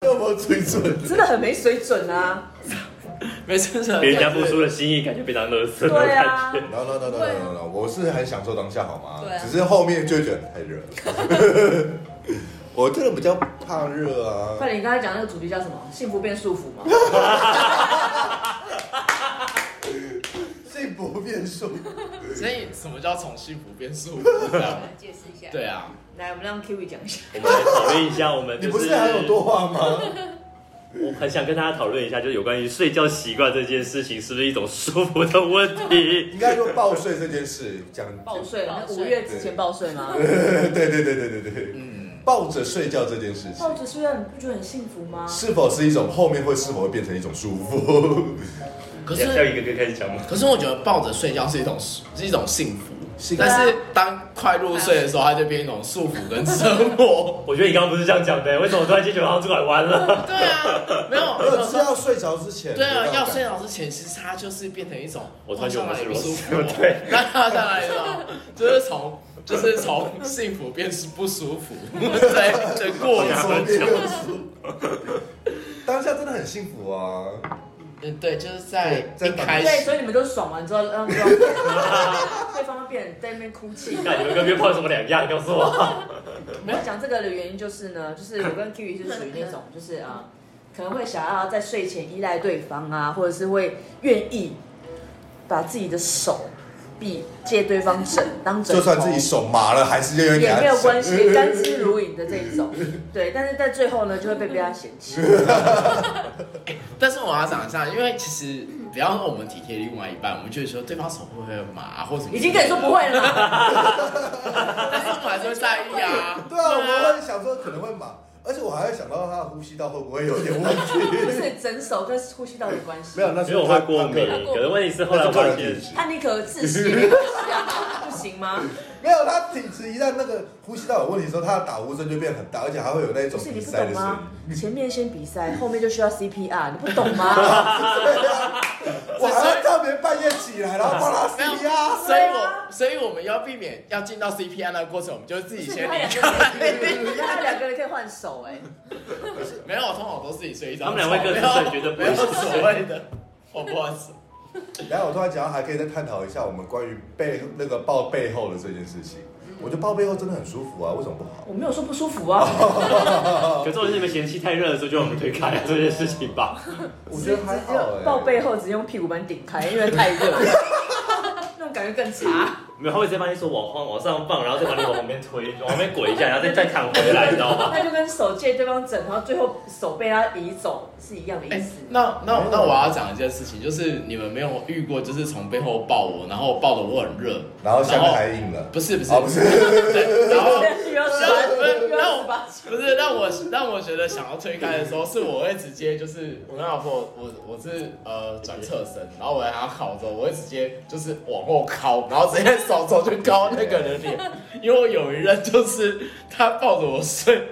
没有水准？真的很没水准啊！没 事是给人家付出的心意，感觉被当乐色的对感啊觉。， no no no no no no no，我是很享受当下，好吗？对啊只是后面就会觉得太 热。我这个人比较怕热啊。快点，你刚才讲那个主题叫什么？幸福变束缚吗？幸福变数，所以什么叫从幸福变束缚？解释一下。对啊，来，我们让 Kiwi 讲一下。我们来讨论一下，我们你就不是还有多话 吗？我很想跟大家讨论一下，就是有关于睡觉习惯这件事情，是不是一种舒服的问题？应该说报税这件事，讲报税，那报税五月之前报税 吗？对对对对对对对，嗯，抱着睡觉这件事抱情，着睡觉，你不觉得很幸福吗？是否是一种后面会是否会变成一种束缚？ 可要要是一个个开始讲吗？可是我觉得抱着睡觉是一种是一种幸福，幸福但是当快入睡的时候，它就变一种束缚跟折磨。我觉得你刚刚不是这样讲的，欸为什么我突然间觉得好像出拐弯了？对啊，没 有，没有，是要睡着之前。对啊，有那要种睡着之前，其实它就是变成一种，我突然觉得我们是不螺舒丝服哦， 对那它当然了，就是从就是从幸福变是不舒 服，对的过感程。受变六 当下真的很幸福啊！嗯，对，就是在对一在房开对，始所以你们就爽完之后，让 让对方变成在那边哭泣。那你们跟约炮有什么两样？你告诉 我。我要讲这个的原因就是呢，就是我跟 Kiwi 是属于那种，就是啊、可能会想要在睡前依赖对方啊，或者是会愿意把自己的手臂借对方枕当枕就头，算自己手麻了，还是愿意给也他没有关吃嗯系，甘之如饴的这一种。对，但是在最后呢，就会被被他嫌弃。但是我要讲一下，因为其实不要说我们体贴另外一半，我们就会说对方手会不会麻或什么，已经跟你说不， 会了 嘛，但是我们还是会在意啊。对啊，我们会想说可能会麻，而且我还会想到他的呼吸道会不会有点问题。不是整手跟呼吸道有关系。 没有，，那因是为我他会过敏，他可是问题是后个来那我是个发人现体，质。他宁可窒息，也不是啊不行吗？没有，他体质一旦那个呼吸道有问题的时候，他的打呼声就变很大，而且还会有那不种是鼻你不塞懂的声音 吗。？前面先比赛，后面就需要 CPR，你不懂 吗？对啊，我还要特别半夜起来，然后帮他没有 CPR。所以我所以我们要避免要进到 CPR 那个过程，我们就自己是先他离两开。个人，他两个人可以换手哎、没有，我通常我都自己睡一他张们床。两位各自没有睡觉就不没会是有所谓的，我不好意思。然后我突然想到，还可以再探讨一下我们关于背那个抱背后的这件事情。我觉得抱背后真的很舒服啊，为什么不好？我没有说不舒服啊，可是我是你们嫌弃太热的时候，就让我们推开啊这件事情吧。我觉得还好哎、抱背后直接用屁股板顶开，因为太热了， 那种感觉更差。没有，他会直接把你手往往往上放，然后再把你往旁边推，往旁边滚一下，然后再再躺回来，你知道吗？那就跟手借对方枕，然后最后手被他移走是一样的哎、意思。那那那我要讲一件事情，就是你们没有遇过，就是从背后抱我，然后抱的我很热，然后下面还硬了。不啊是不是哦，不是，对， 然后。又要呃十八，又让要我十八，不是让我让我觉得想要推开的时候，是我会直接就是我跟老婆，我我是呃转侧身，然后我还要靠着，我会直接就是往后靠，然后直接手肘去靠那个人的脸，因为我有一任就是他抱着我睡，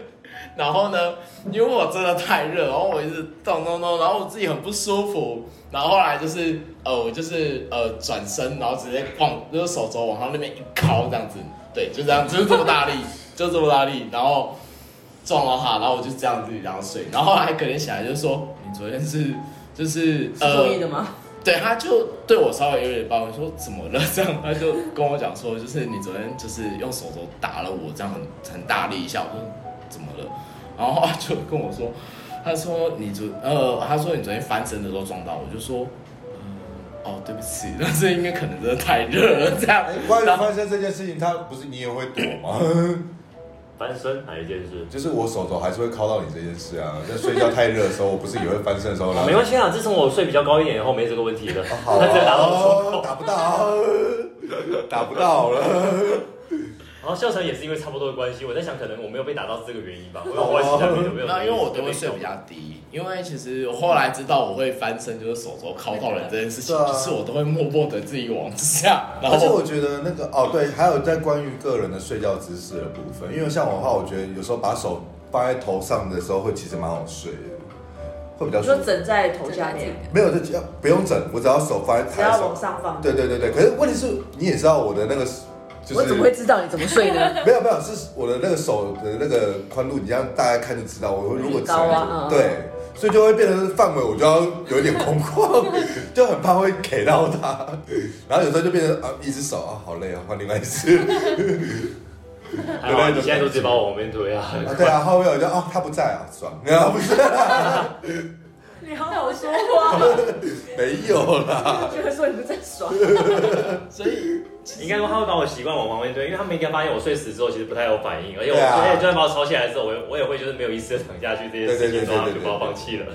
然后呢，因为我真的太热，然后我一直动动动，然后我自己很不舒服，然后后来就是呃我就是呃转身，然后直接往就是手肘往他那边一靠这样子，对，就这样，就是这么大力，就这么大力，然后。撞到他，然后我就这样子然后睡，然后后来隔天起来就说你昨天是就是呃是故意的吗？对，他就对我稍微有点抱怨说怎么了 这样，他就跟我讲说就是你昨天就是用手肘打了我这样很很大力一下，我说怎么了，然后他就跟我说，他说你昨呃他说你昨天翻身的时候撞到我，就说。嗯哦，对不起， 但是因为可能真的太热了，这 样哎。关于然后翻身这件事情，他不是你也会躲吗？翻身哪一件事？就是我手肘还是会靠到你这件事啊。在睡觉太热的时候，我不是也会翻身的时候，然后没关系啊，自从我睡比较高一点以后，没这个问题了。好啊哦他直接打到我胸口。打不到，打不到了。然后笑成也是因为差不多的关系，我在想可能我没有被打到是这个原因吧，我有关系在没有没有。哦那因为我都会睡比较低，因为其实我后来知道我会翻身，就是手肘靠到人这件事情，对啊就是我都会默默的自己往下，然而且后我觉得那个哦，对，还有在关于个人的睡觉姿势的部分，因为像我的话，我觉得有时候把手放在头上的时候，会其实蛮好睡的，会比较呃你舒说服。枕在头下面，没有，这只要不用枕，我只要手放在只台要呃上往。上放，对对对对，可是问题是，你也知道我的那个就是我怎么会知道你怎么睡呢？没有没有，是我的那个手的那个宽度，你这样大概看就知道。我如果高折啊嗯对，所以就会变成范围，我就要有一点空旷， 就很怕会给到他。然后有时候就变成啊，一只手啊，好累啊，换另外一只。还好你现在都直接把我往边推啊。啊对啊，后面我就哦，他不在啊，算了，然后不是 你好好说话，没有啦，就会说你们在爽。所以应该说他会把我习惯往旁边推，因为他们应该发现我睡死之后其实不太有反应，而且我对啊而且就算把我吵起来之后，我也我也会就是没有意识的躺下去这件事对对对情，然后他对们对就把我放弃了。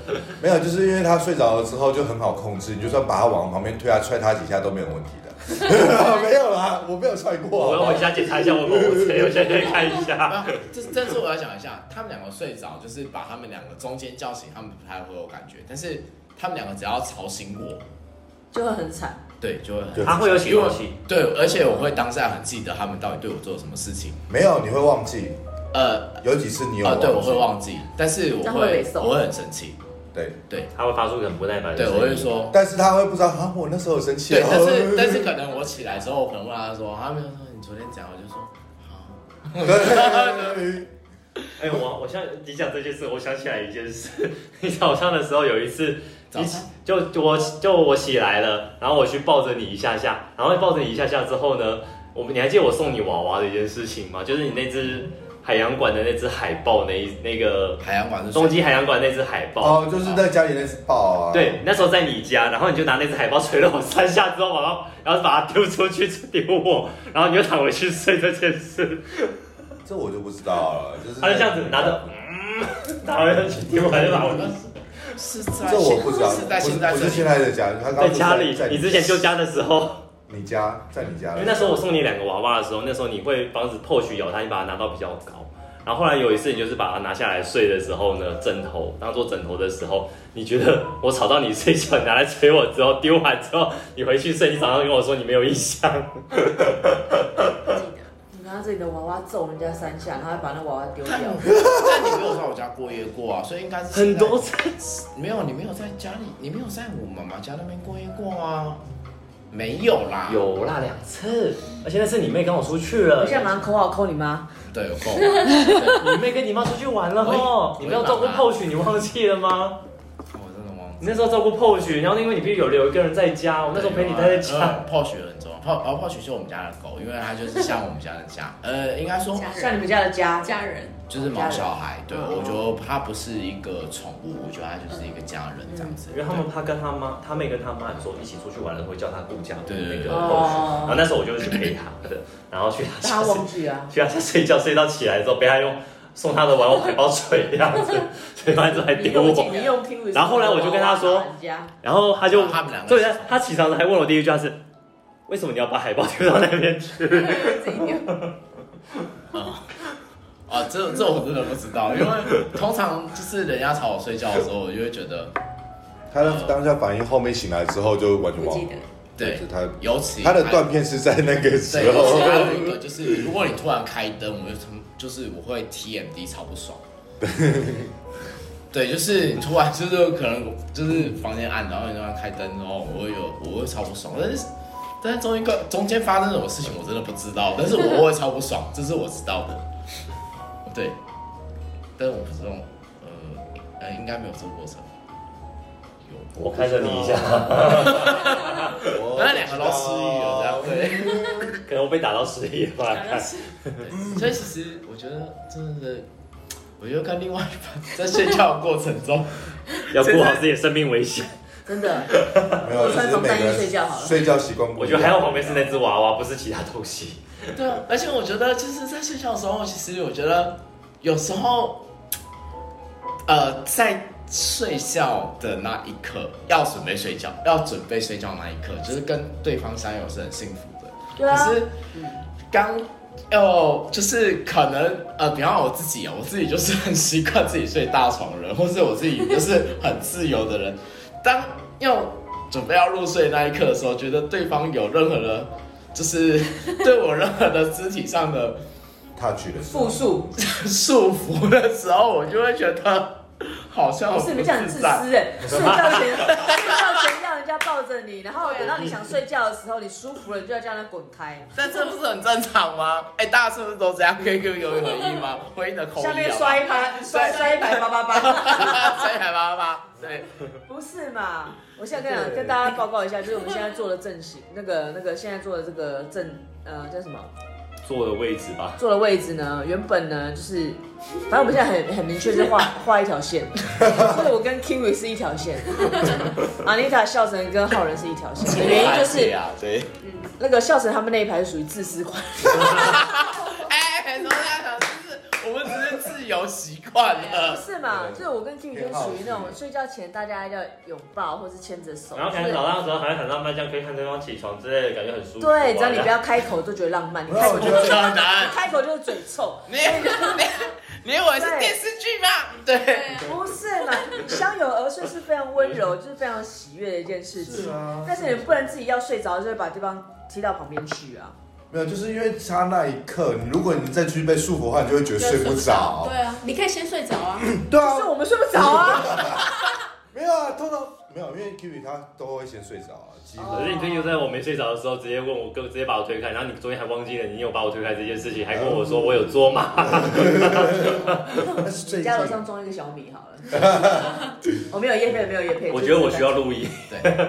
没有，就是因为他睡着了之后就很好控制，你就算把他往旁边推啊，踹他几下都没有问题的。 没有啦，我没有踹我要过。回家检查一下我有没有我谁，我现在看一下。 啊，这这次我要讲一下，他们两个睡着，就是把他们两个中间叫醒，他们不太会有感觉，但是他们两个只要吵醒我， 就会很惨。对，就会对很。他会有起床气，对，而且我会当下很记得他们到底对我做了什么事情。没有，你会忘记，呃，有几次你有呃，对，我忘记会忘记，但是我这样会会被，送我会很生气。对。对，他会发出很不耐烦的对，声音。我会说，但是他会不知道啊，我那时候有生气对哦，，但是但是可能我起来之后，我可能问他说，他们就说你昨天讲，我就说，好，哦 对，哎、我我像你讲这件事，我想起来一件事。 你早上的时候有一次，早你上就就我就我起来了，然后我去抱着你一下下，然后抱着你一下下之后呢，我们你还记得我送你娃娃的一件事情吗？就是你那只海洋馆的那只海豹那一那个海洋馆是谁东京海洋馆那只海豹。哦，就是在家里那只豹啊，对，那时候在你家，然后你就拿那只海豹捶了我三下之后，然后然后把它丢出去丢我，然后你就躺回去睡这件事，这我就不知道了，就是他就这样子拿着，嗯，躺回去丢完就把我 是在这我不知道，是在不是现在不这是里现在的家，他刚刚在不是家里在，你之前就家的 时候，你家在你家因了为那时候我送你两个娃娃的时候，那时候你会防止 POS 咬它，你把它拿到比较高。然后后来有一次，你就是把它拿下来睡的时候呢，枕头当做枕头的时候，你觉得我吵到你睡觉，你拿来捶我之后丢完之后，你回去睡，你早上跟我说你没有印象，你拿着你的娃娃揍人家三下，然后还把那娃娃丢掉但。你没有在我家过夜过啊，所以应该 是很多现在没有，你没有在家里，你没有在我妈妈家那边过夜过啊？没有啦，有啦两次，而且那次你妹跟我出去我了啊现在马上扣号扣你妈，对，有 够啊你妹跟你妈出去玩了哦，喂你没有照顾 POS，你忘记了吗？我真的忘记。你那时候照顾 POS，然后因为你必须有留一个人在家，我那时候陪你待在家。呃泡雪很重要，泡然后泡雪是我们家的狗，因为它就是像我们家的家，呃，应该说家人像你们家的家，家人，就是毛小孩。对，嗯我觉得它不是一个宠物，我觉得它就是一个家人这样子因。嗯为他们怕跟他妈、他妹跟他妈说一起出去玩的时候会叫他顾家的那对个哦 POS，然后那时候我就是去陪他的，然后去他但他 家睡忘记啊。去他家睡觉，睡到起来之后被他用送他的玩偶海报捶这样子， 捶完之后还你丢用我。你用 Q，然后后来我就跟他说然后他就他们两个对，他起床的还问我第一句话是：为什么你要把海报丢到那边去？自己丢啊，这这我真的不知道，因为通常就是人家吵我睡觉的时候，我就会觉得，他的当下反应，后面醒来之后就完全不忘记了得。。对就，他尤其他的断片是在那个对，时尤其还有候，一个就是，如果你突然开灯，我就从就是我会 TMD 超不爽。对，就是你突然就是可能就是房间暗，然后你突然开灯之后，我会有我会超不爽，但是但是中一个中间发生什么事情我真的不知道，但是我会超不爽，这是我知道的。对，但是我不知道，呃，呃，应该没有这个过程。有，我看着你一下， 那两个都失忆了，这样对。 可能我被打到失忆了吧。对，所以其实我觉得真的是，我觉得跟另外一半在睡觉的过程中，要顾好自己的生命危险。真的，没有，就穿是从每半个夜人睡觉好了睡觉习惯不我一觉样。得还好旁边是那只娃娃，不是其他东西。 对啊，而且我觉得就是在睡觉的时候，其实我觉得有时候，呃，在睡觉的那一刻要准备睡觉，要准备睡觉那一刻，就是跟对方相拥是很幸福的。对啊可是刚要就是可能呃，比方说我自己啊，我自己就是很习惯自己睡大床的人，或是我自己就是很自由的人。当要准备要入睡那一刻的时候，觉得对方有任何的，就是对我任何的肢体上的他去的时候复，数束缚的时候，我就会觉得好像不是你这样很自私哎、睡觉前睡觉前让人家抱着你，然后对啊等到你想睡觉的时候，你舒服了，你就要叫他滚开。但这不是很正常吗？哎、大家是不是都这样？QQ 有回应吗？回应的口音下好不好面刷一排，刷刷一排八八八，摔一排八八八，对，不是嘛？我现在跟你讲，跟大家报告一下，就是我们现在做的阵型，那个那个现在做的这个阵，呃，叫什么？坐的位置吧。坐的位置呢，原本呢就是，反正我们现在很很明确，就画画一条线，所以我跟 Kiwi 是一条线，Anita 笑成跟浩仁是一条线。 原因就是啊，对，那个笑成他们那一排是属于自私款，哎、欸，怎么样？就是啊我们只是自由习惯不了，是嘛？就是我跟 Kiwi 就是属于那偏种好睡觉前大家要拥抱或是牵着手，然后可能早上的时候还在躺上慢，这样可以看对方起床之类的，感觉很舒服啊。对，只要你不要开口都觉得浪漫，你没开有口我就觉得不可 能。开口就是嘴臭。你你你以为是电视剧吗？对，不是嘛？相拥而睡是非常温柔，就是非常喜悦的一件事情。是啊但是你们不能自己要睡着，就会把对方踢到旁边去啊。没有，就是因为他那一刻，你如果你再去被束缚的话，你就会觉得睡不着。对啊，你可以先睡着啊。对就是啊，我们睡不着啊。没有啊，通常没有，因为 Kiwi 他都会先睡着啊，基本可是你最近就在我没睡着的时候，直接问我哥，直接把我推开，然后你昨天还忘记了你有把我推开这件事情，还跟我说我有做吗？但是最近你家楼上装一个小米好了。我没有叶配，没有叶配。我觉得我需要录音，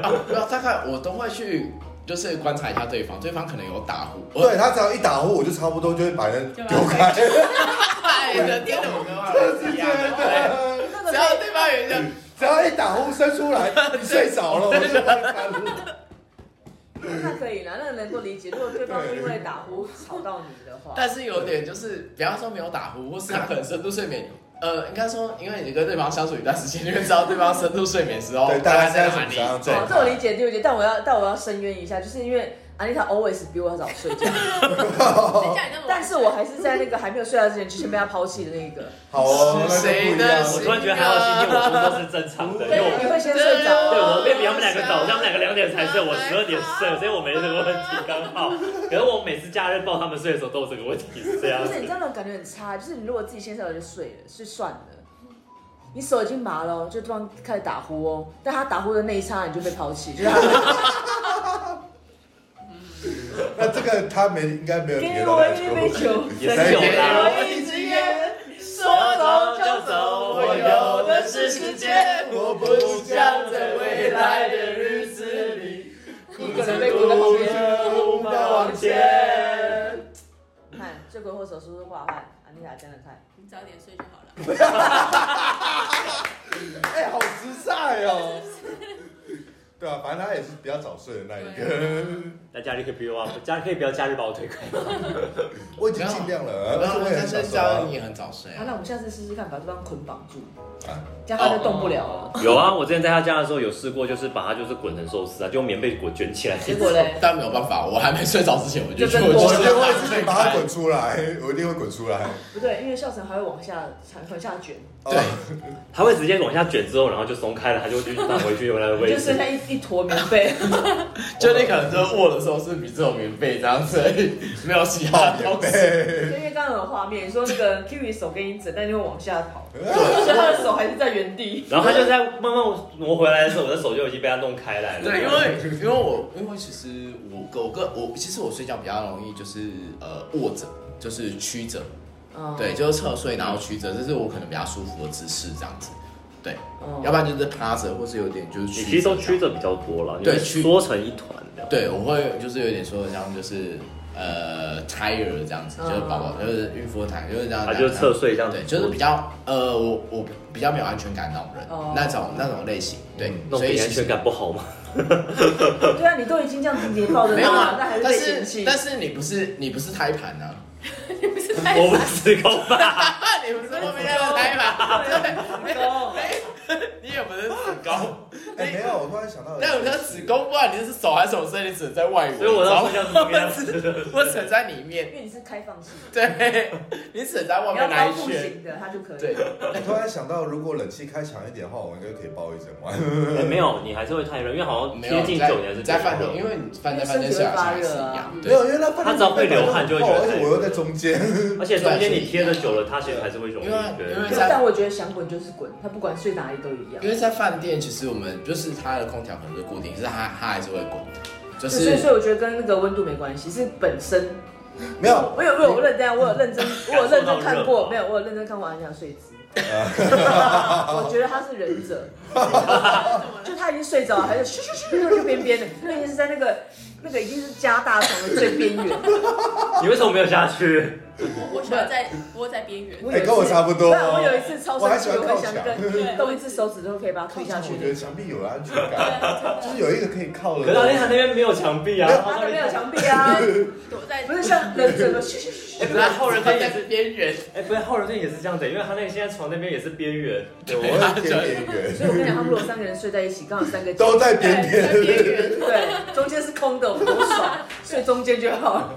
啊，没有，大概我都会去，就是观察一下对方，对方可能有打呼。我对他只要一打呼，我就差不多就会把人就把丢开。哎，我的天哪，我跟我老师一样的。对那对个只可要以。对方有一个，只要一打呼声出来，你睡着了，我就会翻呼。那可以啦，那能够理解。如果对方因为打呼吵到你的话，但是有点就是，比方说没有打呼，或是他可能深度睡眠。呃，应该说，因为你跟对方相处一段时间，你会知道对方深度睡眠时候对，大大概家现在在哪什么里。样好状，这我理解，对不对？但我要，但我要申冤一下，就是因为 Anita always 比我早睡 觉，谁叫你那么晚睡？但是我还是在那个还没有睡觉之前就先被他抛弃的那一个。好哦，那就是不谁一的样心我了。突然觉得还好，今天我工作是正常的，因为你我会啊先睡着。对我被比他们两个早，他们两个两点才睡，我十二点睡，所以我没什么问题，刚好。可是我每次假日抱他们睡的时候都有这个问题，是这样哦不是，子你知。道那种感觉很差，就是你如果自己先睡着就睡了，是算了。你手已经麻了哦，就突然开始打呼哦，但他打呼的那一刹那你就被抛弃，就是他那这个他没应该没有别给的我来一杯求。酒，也再是给有啦我一支烟，说走就走，我有的是时间。我不想在未来的日子里一个人被孤在旁边，无法往前。看罪魁祸首说是画汉，安妮塔真的看，你早点睡就好了。哎、好实在哦。对啊，反正他也是比较早睡的那一个。那假日可以不要啊，假日可以不要假日把我推开。我已经尽量了，而然且后我也但很是想教说，你很早睡好、啊。那我们下次试试看，把对方捆绑住啊，这样他就动不了哦了。 有啊，我之前在他家的时候有试过，就是把他就是滚成寿司啊，就用棉被滚卷起来。结果嘞，但没有办法，我还没睡着之前我就去，就我跟我就一是定会自己睡把他开。滚出来，我一定会滚出来。哦不对，因为笑声还会往下往下卷，对，他会直接往下卷之后，然后就松开了，他就去返回去原来的位就置剩。下一一坨棉 被。就你可能就是握的时候是比这种棉被这样，所以没有其他的东西。就因为刚刚有画面，说那个 Kiwi 手给你整，但就会往下 跑，所以他的手还是在原地。然后他就在慢慢挪回来的时候，我的手就已经被他弄开来了。对，因为因为我因为其实我我个我其实我睡觉比较容易就是呃卧着，就是曲着，嗯，对，就是侧睡然后曲着，这是我可能比较舒服的姿势这样子。对，嗯要不然就是趴着，或是有点就是你曲。其实都曲。着比较多了，你对会曲缩成一团这样。对，我会就是有点说像就是呃 tired 这样子，就是宝宝就是孕妇躺就是这样。他嗯啊就是侧睡这样子。对，就是比较呃，我我比较没有安全感那种人，哦那种那种类型，对，那所种以安其实全嗯感不好吗？对啊，你都已经这样子连抱着没有他啊了，，那还是但被嫌是弃。但是你不是你不是胎盘 啊，你不是 太我们是高吧？你不是后面那个胎盘，对， 你也不是子宫，哎、没有，我忽然想到，那有那子，宫，不然你是手还是手伸，你只能在外围，所以我然要后说像这样我只能在里面，因为你是开放性，对， 你只能在外你要面那高一复圈，型的，它就可以。对，我突然想到，如果冷气开强一点的话，我应该可以包一整晚。哎没有，你还是会太热，因为好像没贴有近你九年是在在饭最店，热因为你饭在饭店睡好像也是一啊样，没对，有，因为那他只要会流汗就会觉得哦而且我又在中间，而且中间你贴的久了，它其实还是会容易觉因为得因为但我觉得想滚就是滚，它不管睡哪里都一样因。为在饭店其实我们就是它的空调可能是固定，可是它它还是会滚，就对所以是所以我觉得跟那个温度没关系，是本身。 没有。我有我有认真，我有认真，我有认真看感受到过热，没有，我有认真看过安雅睡姿。我觉得他是忍者，就他已经睡着了，还是咻咻咻咻去边边的，那已经是在那个那个已经是加大床的最边缘。你为什么没有下去？我我喜欢在窝在边缘，哎跟我差不多对我有一次超生气，我很想我还喜欢靠跟墙动一只手指都可以把它推下去我觉得的。墙壁有安全 感，就是有一个可以靠的。可是阿丽塔那边没有墙壁啊，他那那边边有。墙壁啊，躲在不是像忍者的咻咻咻咻。哎，不是后人店人在也是，边缘，哎，不是后人店也是这样子，因为他那个现在床那边也是边缘，对，我会偏边缘，所以我跟你讲，他们如果三个人睡在一起，刚好三个都在边对在边。边缘，对，中间是空的，我们多爽，睡中间就好了。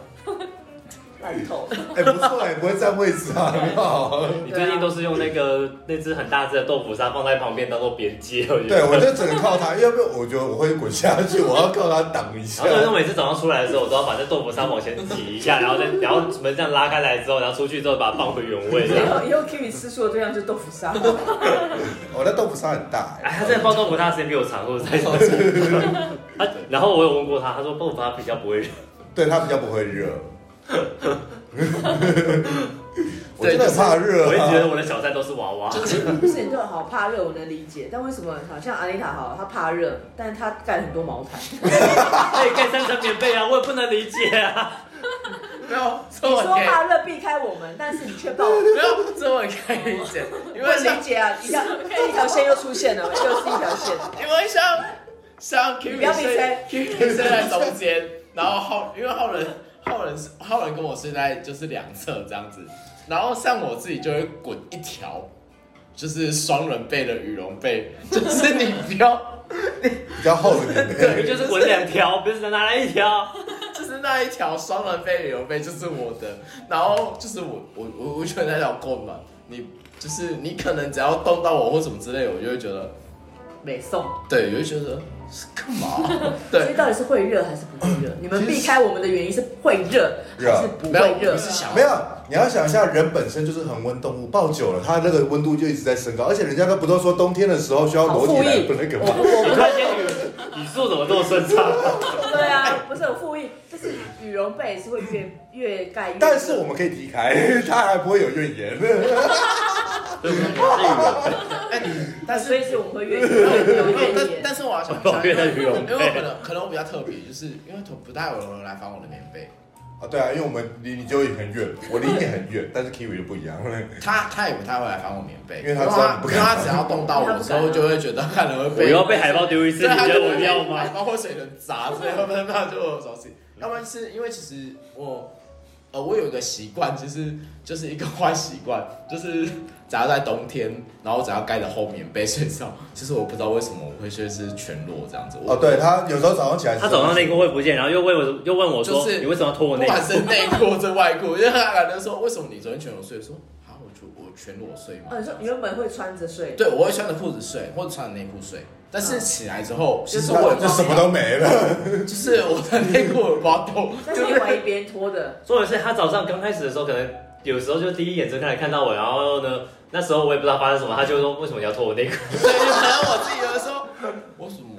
烂透，哎，不错哎，不会占位置啊，很好。你最近都是用那个那只很大只的豆腐砂放在旁边当做边界，我觉对，得。我就只能靠它，要不然我觉得我会滚下去，我要靠它挡一下 然。后就是每次早上出来的时候，我都要把这豆腐砂往前挤一 下，然后再然后门这样拉开来之后，然后出去之后把它放回原位。这以样后以后 Kimi 吃素的对象就是豆腐沙，哦我那豆腐沙很大 哎，哎，他真的放豆腐砂的时间比我长，我在想。 他然后我有问过他，他说豆腐砂比较不会热。对它比较不会热。我真的很怕热我一直觉啊。得我的小菜都是娃 娃。不是你就好怕热，我能理解。但为什么好像阿丽塔好，她怕热，但是她盖很多毛毯，哎可以盖三层棉被啊，我也不能理解啊。没有，你所以我说可以，怕热避开我们，但是你却抱我。没有，所以我可以理解，因我为理像解啊，一条一条线又出现了，又是一条线。因为像像你不要闭 Kimi 睡 Kimi 睡在中间，然后浩因为浩仁浩仁是浩仁跟我睡在就是两侧这样子，然后像我自己就会滚一条，就是双人被的羽绒被，就是你不要。比较厚的棉被。对，就是滚两条，不是拿来一条。就是那一条双人被、旅游被就是我的，然后就是我我我我觉得那条够暖，你就是你可能只要动到我或什么之类，我就会觉得，美送，对，我就觉得是干嘛？所以对，到底是会热还是不会热？你们避开我们的原因是会热还是不没有，会我热不？是想没有，你要想一下，人本身就是恒温动物，抱久了，它那个温度就一直在升高，而且人家都不都说冬天的时候需要好裸体复来议，不那个我吗？不我你不看现在语语速怎么这么顺畅？对啊，不是有复印，就是羽绒被是会越越盖越。但是我们可以离开，它还不会有怨言。对不对？哎、但所是以是我们会越 越有没有一但点 点但是我要想一抱下，因怨的为羽绒被因为我可能可能我比较特别，就是因为不太有人来翻我的棉被，啊，对啊，因为我们离你就很远，我离你很远，但是 Kiwi 就不一样了。他他也不太会来翻我棉被，因为他知道你不因敢为他只要动到我之后，就会觉得可能 我会被又要被海报丢一次，啊你觉得我要吗？包括水能砸，所以他们那就有手机。要不然是因为其实我，呃，我有一个习惯，就是就是一个坏习惯，就是只要在冬天，然后只要盖着厚棉被睡觉，其实我不知道为什么我会睡是全裸这样子。我哦，对，他有时候早上起来，他早上内裤会不见，然后又问我，又问我说就是你为什么要脱我不内管裤？是内裤或者外裤，因为他感觉说为什么你昨天全裸睡？说啊，我就我全裸睡吗哦，？你说原本会穿着睡，对，我会穿着裤子睡，或者穿着内裤睡。但是起来之后，其实他嗯我也不就知什么都没了。道 就是我的内裤我不知道动，但就是另外一边脱的，重点是他早上刚开始的时候，可能有时候就第一眼睁开来看到我，然后呢，那时候我也不知道发生什么，他就说为什么你要脱我内裤？对，反正我自己有的时候，我什么，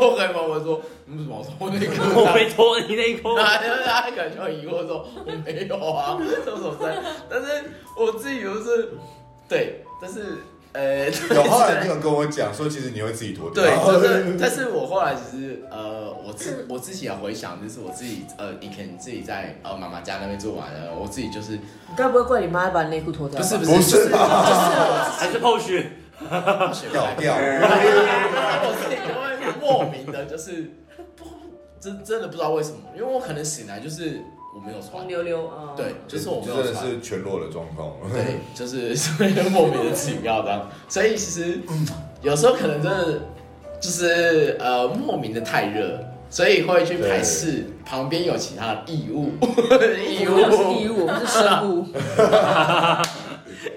我跟妈妈说，你为什么我那个？ 我没脱你内裤。然后他感觉很疑惑说，我没有啊，什么什么的。但是我自己有是，对，但是呃， 有后来你有跟我讲说，其实你会自己脱掉。对，就是，但是我后来其实呃，我自我自己也回想，就是我自己呃，以前自己在呃妈妈家那边做完了，我自己就是你该不会怪你妈把内裤脱掉？不是，不是不是吧？还是后续，学掉掉，我自己就会莫名的，就是不真真的不知道为什么，因为我可能醒来就是我没有穿红，溜溜啊，对，就是我没真有的穿，是全裸的状况。对， 就是所以就莫名的奇妙这样，所以其实有时候可能真的就是呃莫名的太热，所以会去排斥旁边有其他的异 物，异我们哦是异物物，我们是生物。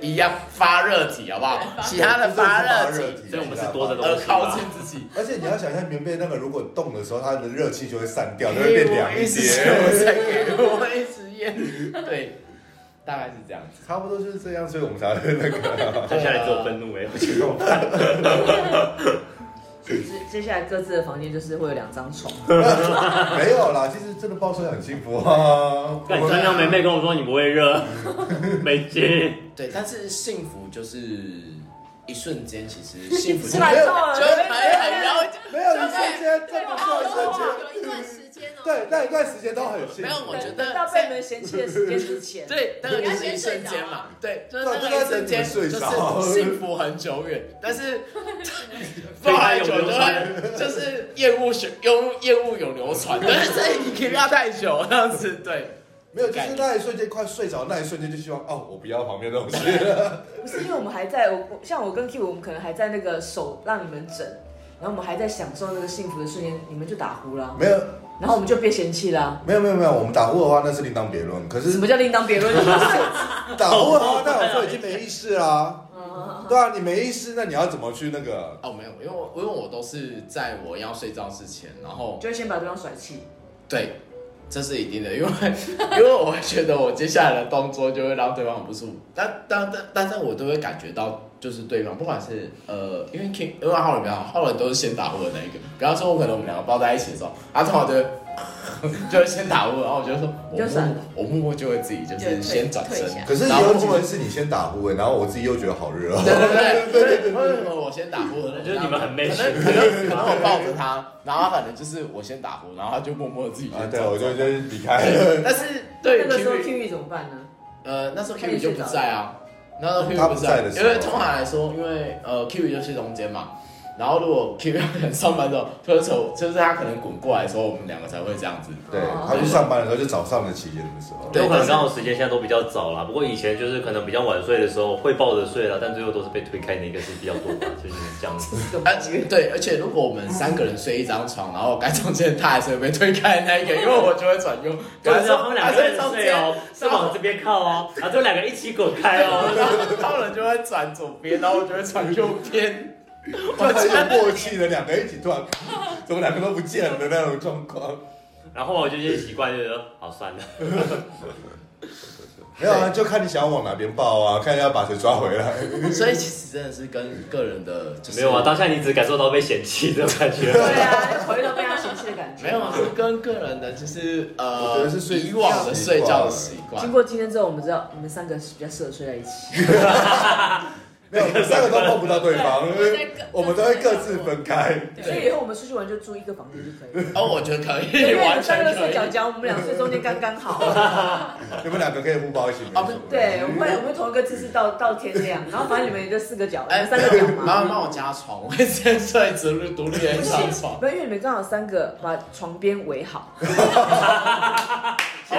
一样发热体，好不好？对其他的发 热热啊体，体，所以我们是多的东呃，西靠吧近。自己。而且你要想象棉被那个，如果动的时候，它的热气就会散掉，就会变凉一一直我些。在给我一直 咽，对，大概是这样子。差不多就是这样，所以我们才会那个。 接下来只有愤怒哎，我觉得我接接下来各自的房间就是会有两张床，没有啦，其实真的报社很幸福啊。干你穿上梅妹跟我说你不会热， 美金。对，但是幸福就是一瞬间，其 实幸福是就吧？吧你知道吗就很很了解。没有一瞬间，真的是一瞬间。有一段时间哦，对，那一段时间都很幸福。没有我觉得等到被你们嫌弃的时间之 前，对，那个就是一瞬间嘛，对，就是啊对那个一瞬间，就就是在等你们睡着幸福很久 远，但是放太久就会就是厌恶血，厌恶厌恶永流 传，但是你可以拉太久这样子，对，没有，就是那一瞬间快睡着那一瞬间，就希望哦，我不要旁边 东西。不是因为我们还在，我我像我跟 Q，我们可能还在那个手让你们整，然后我们还在享受那个幸福的瞬间，你们就打呼啦，没有，然后我们就被嫌弃啦。没有，没有，没有。我们打呼的话，那是另当别论。可什是么叫另当别论？ 打呼的话，那我啊说已经没意识啦。嗯对啊，你没意识，那你要怎么去那个？哦，没有，因为我因为我都是在我要睡觉之前，然 后就会先把对方甩弃。对，这是一定的，因为因为我会觉得我接下来的动作就会让对方很不舒服，但但但但是我都会感觉到。就是对方，不管是呃，因为 King，因为浩伦比较好，浩伦都是先打呼的那一个。比方说，我可能我们两个抱在一起的时候，他通常就会就会先打呼，然后我就说，我就默闪默我默默就会自己就是先转身退，下可是然后有几默默次是你先打呼，然后我自己又觉得好热哦。对对对对对，为什么我先打呼？就是你们很可 match 能可能 可能我抱着他，然后他反正就是我先打呼，然后他就默默地自己 啊，先对，走我就走就离开了。但是对那个时候 Kiwi- Q E 怎么 办呢？呃那时候 Q 就不在啊，那时候 Q 他不不在的时因候为通常来说，因为呃 Q 就睡中间嘛。然后如果 Q 可能上班之后，就是从就是他可能滚过来的时候，我们两个才会这样子。对，他去上班的时候，就早上的期间的时 候。对有可但能是刚好时间现在都比较早啦，不过以前就是可能比较晚睡的时候会抱着睡啦，但最后都是被推开那个是比较多吧，就是这 样子。这种而感且觉。对，而且如果我们三个人睡一张床，然后该中间他还是会被推开的那一个，因为我就会转 右，对然啊，后他们两个在人中睡间，哦，是往这边靠哦，然后这两个一起滚开哦。然 后他们就会转左边，然后我就会转右 边。就很有默契的，两个一起突然， 怎么两个都不见了的那种状况。然后我就先习惯，就觉得好算了。没有啊，就看你想要往哪边抱啊，看要把谁抓回来。 所以其实真的是跟个人的，就是没有啊，当下你只感受到被嫌弃这种感觉。对啊，回到被他嫌弃的感觉。没有啊，是跟个人的，就是我觉呃得是睡以往的睡觉的习经惯。过今天之后，我们知道你们三个是比较适合睡在一起。没有，我们三个都碰不到对方，因对为我们都会各自分开。所以对以，后我们出去玩就住一个房间就可 以了。哦，我觉得可因以，为我完们三全个睡可 以。角角，我们俩睡中间刚刚好。 你们两个可以互抱一起。没啊什不么是对，我们会我们会同一个姿势到到天亮，然后反正你们也就四个角，你哎们三个角麻嘛。烦帮我加床，我会先睡独立独立的一张床。 没有，因为你们刚好三个把床边围好，然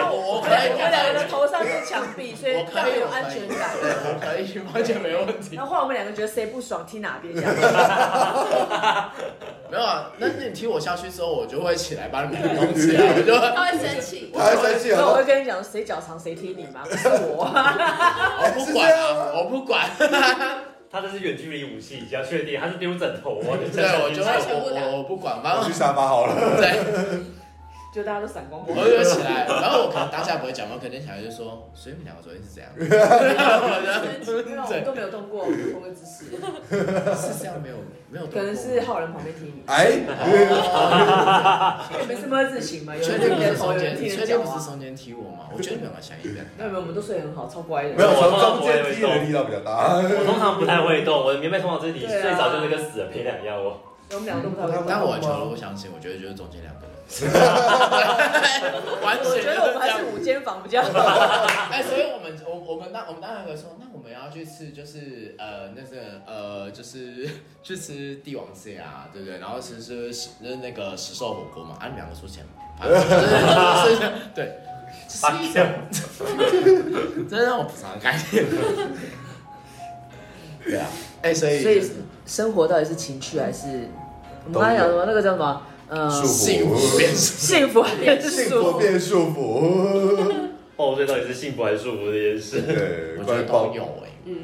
后我我我可们以，两个的头上是墙壁，所以我比可较以有安全感。对，我可以，完全没问题然。后后来我们两个觉得谁不爽踢哪边这 啊样。没有啊，但是你踢我下去之后，我就会起来把你们弄起来， 我就会他会生气，他还生气所以我会了，跟你讲，谁脚长谁踢你嘛，不是我。 我哎不管啊，我不管。他这是远距离武器，比较确定，他是丢枕头哦。对，我就会我我我不管，反我去正沙发好了。对，就大家都闪光我光。就起来，然后我可能当下不会讲，我可能想就说，所以你们两个昨天是这样， 没有，我们都没有动过同个姿势，是这样没有没有，可能是浩然旁边踢你，哎，因为你们是么字形嘛，有确人定踢不你的是头，中有人间，踢你确的定脚不是啊。中间踢我吗？我觉得你们想一遍。那没有，我们都睡得很好，超乖的。没有，我中间踢人力道比较 大。我通常不太会动，我的棉被通常就是你对啊睡着就是跟死人赔两样哦。我们两个都不太会 动。但我球了，我相信，我觉得就是中间两个人，完全我觉得我们还是五间房比较好。哎，所以我们我我们那我们当然会说，那我们要去吃就是呃那个呃就是去吃帝王蟹啊，对不对？然后吃吃吃那那个石兽火锅嘛，啊，你们两个出钱嘛，反正就是就是对， 就是一种，真的让我补偿概念。 对啊，哎，所以所以就是生活到底是情趣还是我们刚才讲什么？那个叫什么？束呃，幸缚，福变数幸福还是幸束福缚？变束 缚，抱哦睡到底是幸福还是束缚这件事，对，我觉关得于抱都有哎、嗯，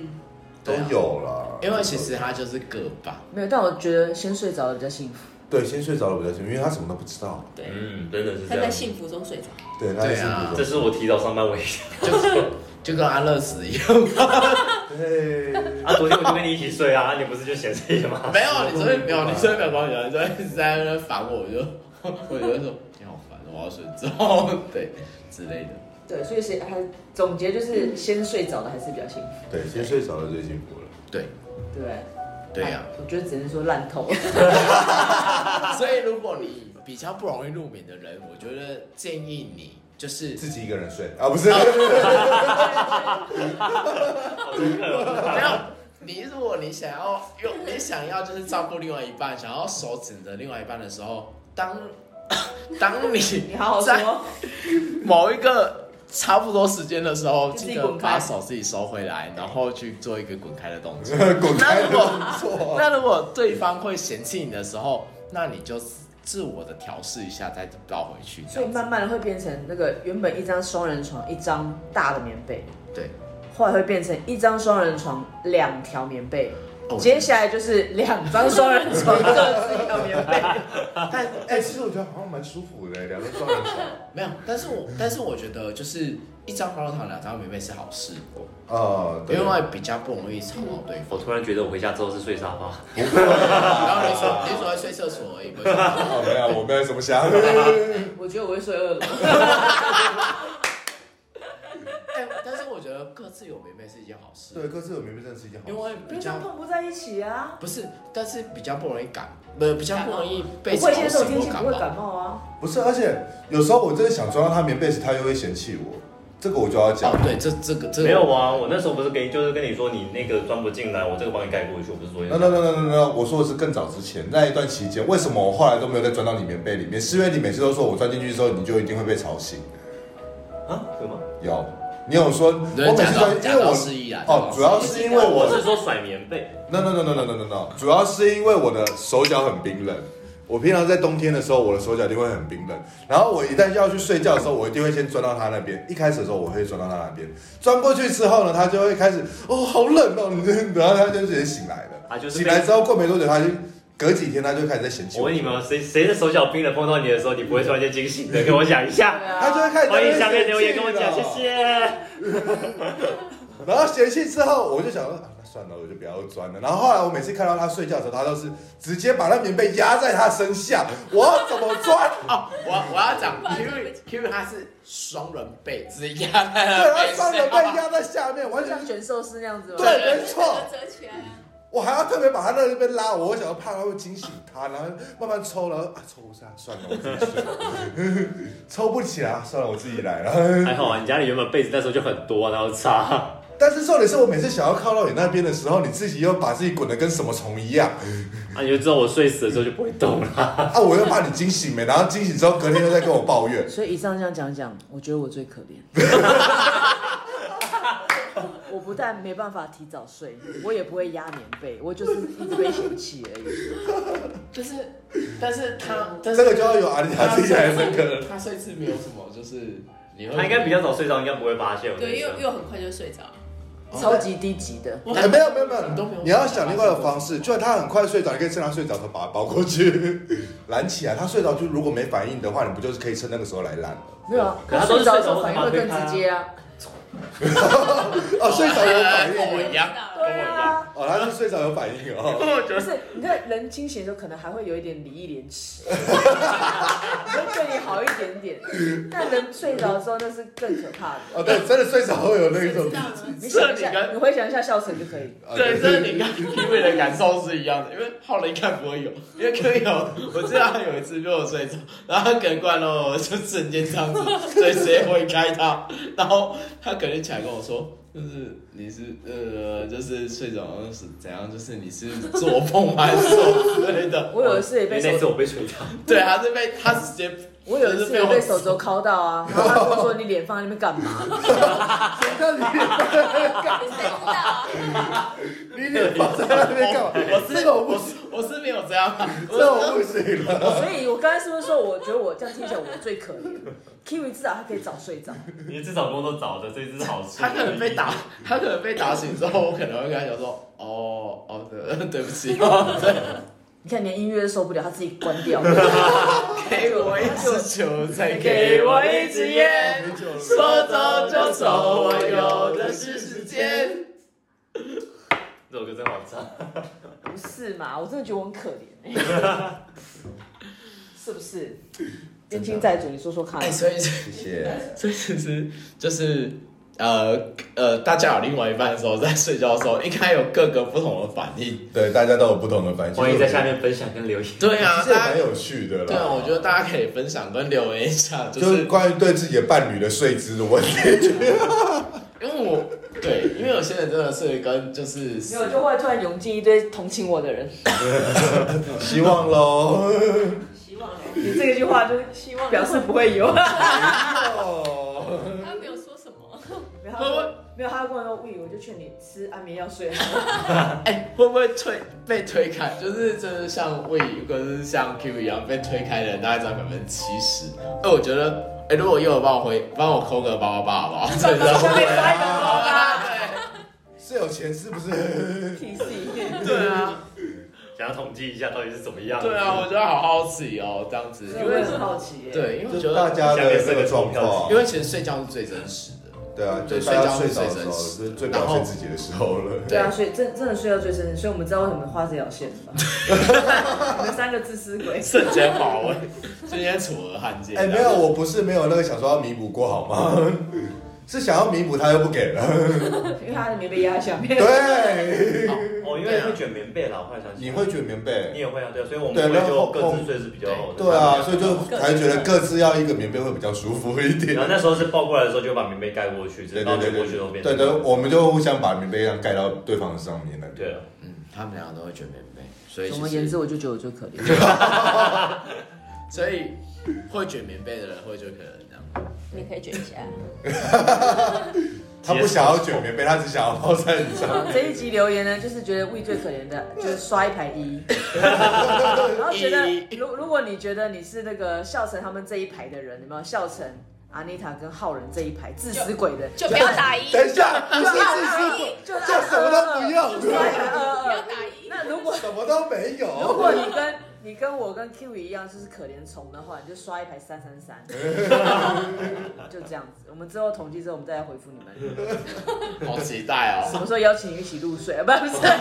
都有啦，因为其实它就是各吧，没有，但我觉得先睡着了比较幸福。对先睡着了比较幸福，因为他什么都不知道，对，嗯，真的是他这在样。幸福中睡着，对，他在对幸啊福这中，是我提早上班唯一。就跟安乐死一样。对，啊，昨天我就跟你一起睡啊，你不是就嫌这个 吗？ 没有，你昨天没有，你昨天没有帮我讲，你昨天一直在那边烦我，我就我就说你好烦，哦我要睡觉，对之类的。对，所以谁还总结就是先睡着了还是比较幸福，对，先睡着了最幸福了。对对啊不对？对啊呀、我觉得只能说烂 透。 所以如果你比较不容易入眠的人，我觉得建议你就是 自己一个人睡啊，不是，哦 好深刻哦没有，你如果你想要用，你想要就是照顾另外一半，想要手指着另外一半的时候，当 当你你好好在说，某一个差不多时间的时候，就自记己得滚开把手自己收回来，然后去做一个滚开的动 作。滚那开如的果动作，那如果对方会嫌弃你的时候，那你就自我的调试一下，再倒回去这所以样子。慢慢的会变成那个原本一张双人床一张大的棉被，对，后来会变成一张双人床两条棉被，哦接下来就是两张双人床各自一条棉被。但哎，其实我觉得好像蛮舒服的，两个双人床，啊没有，但是我但是我觉得就是一张黄肉糖，两张棉被是好事，啊，对因为比较不容易吵到对 方。我突然觉得我回家之后是睡沙发，然后你说你只会睡厕所而已，不会哎睡哦没有，我没有什么 想法，我觉得我会睡二楼，哎，但是我觉得各自有棉被是一件好事，对，各自有明明真的是一件好事，因为比因为他较们碰不在一起啊。不是，但是比较不容易感，不比较不容易被不吵会接受醒天或气感不会冒。感冒啊，不是，而且有时候我真的想装到他棉被时，他又会嫌弃我，这个我就要讲哦，，对，这这个这个没有啊，我那时候不是跟你就是跟你说你那个装不进来，我这个帮你盖过去，我不是昨天那。那那那那那，我说的是更早之前那一段期间，为什么我后来都没有再钻到你棉被里面？是因为你每次都说我钻进去之后，你就一定会被吵醒。啊？有吗？有，你有说，我对每次假装钻，因假为装我失忆啊哦，主要是因为我我是说甩棉被， ，no no no no no no no no，主要是因为我的手脚很冰冷。我平常在冬天的时候，我的手脚一定会很冰冷。然后我一旦要去睡觉的时候，我一定会先钻到他那边。一开始的时候，我会钻到他那边，钻过去之后呢，他就会开始哦，好冷哦，你这，然后他就直接醒来了。啊就是被醒来之后过没多久，他就隔几天他就开始在嫌弃我我问。你们，谁谁的手脚冰冷碰到你的时候，你不会突然间惊醒的？跟我讲一下。对他就会啊，开始在那欢边迎下面留言嫌跟弃哦我讲，谢了。谢。然后嫌弃之后，我就想说，啊、那算了，我就不要钻了。然后后来我每次看到他睡觉的时候，他都是直接把那棉被压在他身下，我要怎么钻？哦，我我要讲 Q Q 他是双人被，直接压在对，了他啊背双人被上。压在下面，完全像选寿司那样子吗？对，没错。折起来啊，我还要特别把他那边拉我，我想要怕他会惊醒他，然后慢慢抽，然后啊抽不下，算了，我自己睡，抽不起来，啊算了，我自己来了。还好啊，你家里原本被子那时候就很多，然后擦。但是重点是我每次想要靠到你那边的时候，你自己又把自己滚得跟什么虫一样。啊，你就知道我睡死的时候就不会动了。 啊，我又怕你惊醒没，然后惊醒之后隔天又在跟我抱 怨。所以以上这样讲讲，我觉得我最可怜。 我不但没办法提早睡，我也不会压棉被，我就是一直被嫌弃而已。但是但是他这但是个就要啊由阿丽塔自己来分割了。他睡姿没有什么，就是你会他应该比较早睡着，应该不会发现。我在对，想又又很快就睡着，超级低级的，哎，没有没有没你都没有有，你要想另外的方式，就算他很快睡着，你可以趁他睡着的时候把他抱过去， 拦起来。他睡着就如果没反应的话，你不就是可以趁那个时候来拦？没有啊，可是他都睡是着的睡着时候反应会更直接啊。哦，睡着有反跟我应一样，跟我对一样。啊，哦，他是睡着有反应哦。我不觉得是，你看人清醒的时候可能还会有一点礼义廉耻， 会对你好一点点，但人睡着的时候那是更可怕的。哦，对，真的睡着会有那谁一种知。道呢？你想一这你下，跟你回想一下笑成就可以。啊对，这是你跟 Q V 的感受是一样的，因为浩然应该不会有，因为 Q V 有，我记得他有一次被我睡着，然后他可能关了我，我就瞬间这样子，所以直接挥开他，然后他可能起来跟我说，就是你是呃，就是睡着好像是怎样，就是你是做梦还是什么之类的，我有一次也因为被那次手，我被捶打，对，他是被他直接我有一次也被手肘敲到 哦啊，然后他就说你脸放在那边干嘛？ 谁叫你脸放在那边干？谁知道啊？你脸放在那边干嘛？我这是个我不我行，是我是没有这样，啊这个我不行了。所以我刚才是不是说，我觉得我这样听起来我最可怜？Kiwi 至少他可以早睡早，你至少工作早的，所以这是好事。他可能被打，他可能被打醒之后，我可能会跟他讲说，哦哦对， 对不起，你看连音乐都受不了，他自己关 掉。给我一支酒，再给我一支烟，说走就走，我有的是时间。这首歌真好 唱。不是嘛？我真的觉得我很可怜、欸 是不是？冤亲债主，你说说看哎，。所以谢谢。所以其实就是呃呃，大家有另外一半的时候，在睡觉的时候，应该有各个不同的反应。对，大家都有不同的反应。欢迎在下面分享跟留言。对啊，其实也大蛮家有趣的啦。对啊，我觉得大家可以分享跟留言一下，就就是是关于对自己的伴侣的睡姿的问题。因为我对，因为有些人真的是跟就是没有，就会突然涌进一堆同情我的人。希望喽。希望你这一句话就是希望表示不会有。哦他没有说什么， 没有，他说没有，他就跟我说，喂，我就劝你吃安眠药睡好。哎、会不会推被推开？就是真的像魏宇或者是像 Q 一样被推开的人，大概占百分之七十。哎，我觉得，哎、如果又有帮我回帮我扣个八八八好 不好？真的。下面发一个包吧，是有钱是不是？屁事。对啊，想要统计一下到底是怎么样？对啊，我觉得好好奇哦，这样子，因我也为很好奇耶。对，因为我觉就大得，家的这个状况因。为其实睡觉是最真实的，对啊，就对大家睡睡觉着的时候，最真实是最表现自己的时候了。对啊，所以真真的睡到最深，所以我们知道为什么花这条线 吧？你们三个自私鬼。瞬间保温，瞬间楚河汉界。哎、没有，我不是没有那个想说要弥补过好吗？是想要弥补，他又不给了。因为他没被压下面。对，哦，因为啊会卷棉被啦，我忽然想起来你会卷棉你被，也会啊，对啊，所以我们对会然后就各自睡是比较好的。对啊，所以就才觉得各自要一个棉被会比较舒服一然点后。那时候是抱过来的时候就把棉被盖过去，直对接对到对卷过对去都变对，成对对，我们就互相把棉被这样盖到对方的上面了。对啊，嗯，他们两个都会卷棉被，所以总其而实言之，我就觉得我最可啊怜。所以会卷棉被的人会就可能这样。你可以卷一下。他不想要卷棉被，他只想要泡在你 上。这一集留言呢，就是觉得 We 最可怜的，啊就是刷一排 一，然后觉得，如如果你觉得你是那个笑成他们这一排的人，有没有笑成阿妮塔跟浩仁这一排自私鬼的，就不要打一，等一下，不是自私就鬼，就就什么都不要就刷一排二不二要二。打一。那如果什么都没 如有。果你跟你跟我跟 Q 一样，就是可怜虫的话，你就刷一排三三三， 就这样子。我们之后统计之后，我们再来回复你们，好期待什 哦！么时候邀请你一起入睡？啊，不不是，来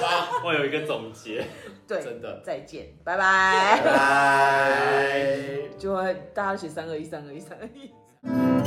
吧，会有一个总结。对，真的，再见，拜拜。拜。就会大家写三个一，三个一，三个一。